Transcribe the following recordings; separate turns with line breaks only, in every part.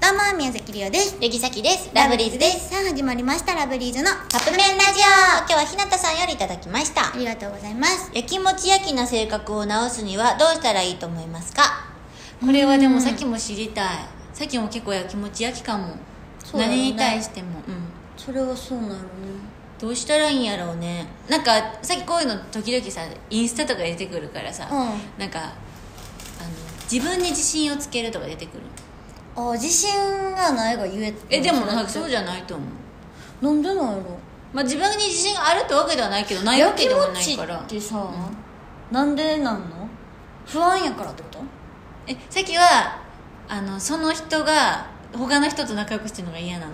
どうも宮崎りおです
ゆぎさきです。ラブリーズです。
すさあ始まりましたラブリーズの
カップ麺ラジオ今日はひなたさんよりいただきまし
あ
た。
りがとうございます
やきもちやきな性格を直すにはどうしたらいいと思いますかこれはでもさっきも知りたい。さっきも結構やきもちやきかも。
そうだよね
何に対しても。うん。
それはそうなのね
どうしたらいいんやろうねなんかさっきこういうの時々さインスタとか出てくるからさ、
う
なんかあの自分に自信をつけるとか出てくる
あ自信がないがゆえ
えでもなんか
そ
そうじゃないと思う、
うなんでなんやろ
まあ、自分に自信があるってわけではないけどないわけでもないから
やきもちってさ、なんでなんの不安やからってこと
えさっきはあのその人が他の人と仲良くしてるのが嫌なの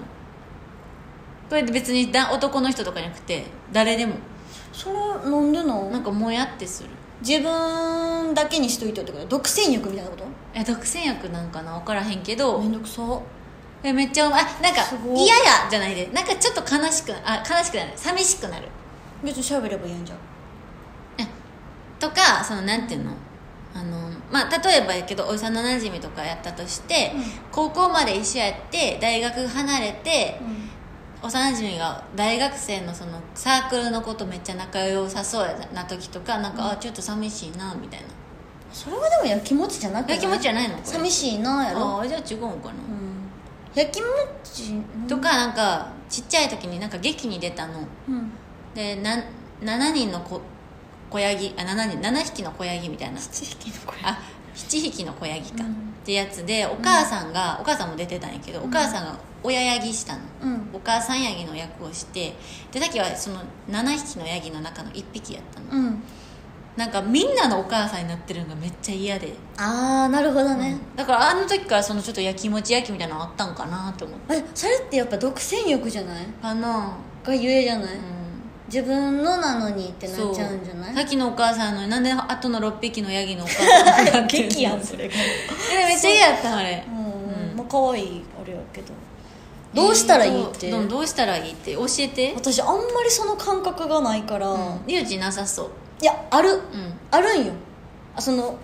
これ別にだ男の人とかじゃなくて誰でも
それなんでの
なんかもやってする
自分だけにしといてってこと独占欲みたいなこと
え独占欲なんかな分からへんけど、
めんどくさ
えめっちゃあなんか
すごい
嫌やじゃないでなんかちょっと悲しくあ悲しくなる寂しくなる
別に喋ればいいんじゃん
とかそのなんていうのあのまあ例えばやけどお幼なじみとかやったとして、
うん
高校まで一緒やって大学離れて、幼なじみが大学生のそのサークルのことめっちゃ仲良さそうやな時とかなんか、あちょっと寂しいなみたいな
それはでもやきもちじゃなくて
やきもちじゃないのこれ
寂しいなやろ
ああじゃあ違うんかな、
うんやきもち
とかなんかちっちゃい時になんか劇に出たの
うん
でな7人の子子ヤギあ7人7匹の子ヤギみたいな
七匹の声
あ7匹の子ヤギか、
う
っ
ん
てやつでお母さんが、お母さんも出てたんやけど、お母さんが親ヤギしたの、
うん
お母さんヤギの役をしてでさっきはその7匹のヤギの中の1匹やったの、
うん
なんかみんなのお母さんになってるのがめっちゃ嫌で、
ああなるほどね、
だからあの時からそのちょっとやきもちやきみたいなのあったんかなと思って
えそれってやっぱ独占欲じゃない
かな
がゆえじゃない、
うん
自分のなのにってな
そ
っちゃうんじゃない
さっきのお母さんのなんであとの6匹のヤギのお母さんになってるの
れが
えめっちゃ嫌やったあれ
うん、
うん
まあ可愛いあれやけどどうしたらいいって、
そうどどうしたらいいって教えて
私あんまりその感覚がないから、
リュウジなさそう
いやある
うん
あるんよあその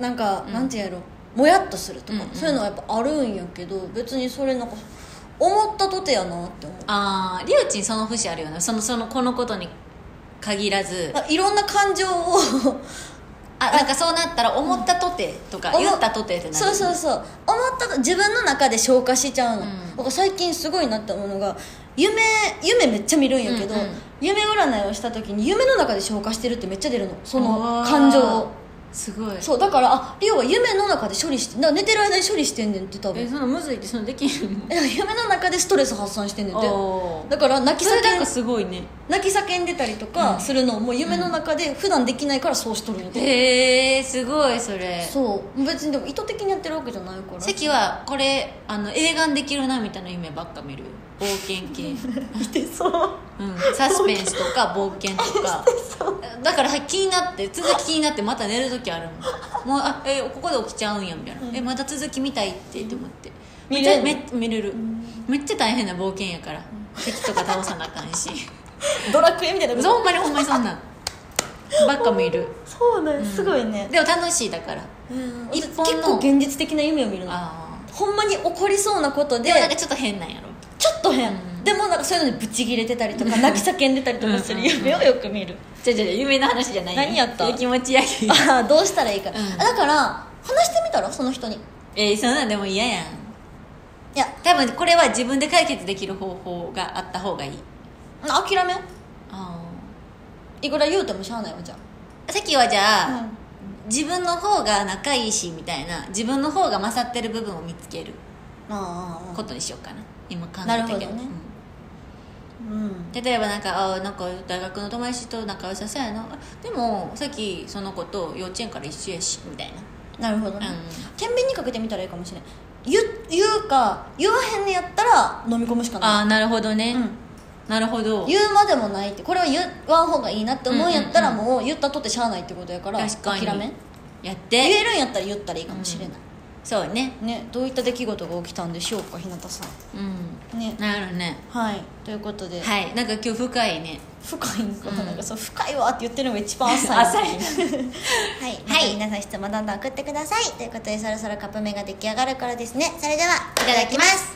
なんか、
うん
なんて言うやろもやっとするとか、
うんうん
そういうのはやっぱあるんやけど別にそれなんか思ったとてやなって思う
ああリュウジにその節あるよねそのそのこのことに限らず
あいろんな感情 を
あなんかそうなったら思ったとてとか
思
言ったとてってなる
そうそうそう思ったと自分の中で消化しちゃうの、
うん
僕最近すごいなったものが夢夢めっちゃ見るんやけど、
うんうん
夢占いをした時に夢の中で消化してるってめっちゃ出るのその感情
うわ
を
ーすごい
そうだからあリオは夢の中で処理してだから寝てる間に処理してんねんって多分
えそのむずいってそのできへんの
いや夢の中でストレス発散してんねんて
お
だから泣き
それなん
叫
か
ん
すごいね
泣き叫んでたりとかするのも夢の中で普段できないからそうしとるんやて、
へえすごいそれ
そう別にでも意図的にやってるわけじゃないから
関はこれあの映画にできるなみたいな夢ばっか見るよ冒険 系、
見てそう
うん、サスペンスとか冒険とかだから気になって続き気になってまた寝る時あるもんもうあえここで起きちゃうんやみたいな、えまた続き見たいってって思ってめっちゃ
見れ
め
んの
っ見れるめっちゃ大変な冒険やから敵とか倒さなあかんし
ドラクエみたいな
ほんまにほんまにそんなんばっか見る
そうね、すごいね
でも楽しいだから
うん
一
結
本の
構現実的な夢を見るの
あ
ほんまに起こりそうなこと
あ
で
でもなんかちょっと変なんやろ
ちょっと変、でもなんかそういうのにブチギレてたり とか泣き叫んでたりとかする夢をよく見る
じゃじゃ夢の話じゃないよ
何やった
やきもちやき
ああどうしたらいいか、
ん
あだから話してみたらその人にい
えー、そんなんでも嫌やん
や
多分これは自分で解決できる方法があった方がいい
諦めん
あ
いくら言うてもしゃあないわじゃ
さっきはじ
あ、
ゃあ、自分の方が仲いいしみたいな自分の方が勝ってる部分を見つける
ああ
ことにしようかな、今考え
なる
た
ほど
け
ね
ど、うん
うん
例えばなんかあーなんか大学の友達と仲良さそうやなあでもさっきその子と幼稚園から一緒やしみたい
なるほどね、
うん
天秤にかけてみたらいいかもしれん言言うか言わへんねやったら飲み込むしか
な
な
ああなるほどね、
い、うん、
なるほど
言うまでもないってこれは言わん方がいいなって思うんやったら
うんうん
もう言ったとってしゃあないってことやから
確かに
諦めん
やって
言えるんやったら言ったらいいかもしれない、
そうね
ねどういった出来事が起きたんでしょうか日向さ
うん
んね
なるほどね
はいということで、
はいなんか今日深いね
深いんか、
うん
なんかそう深いわって言ってるのが一番 浅い
浅い
はい、また皆さん質問どんどん送ってくださいということでそろそろカップ麺が出来上がるからですねそれではいただきます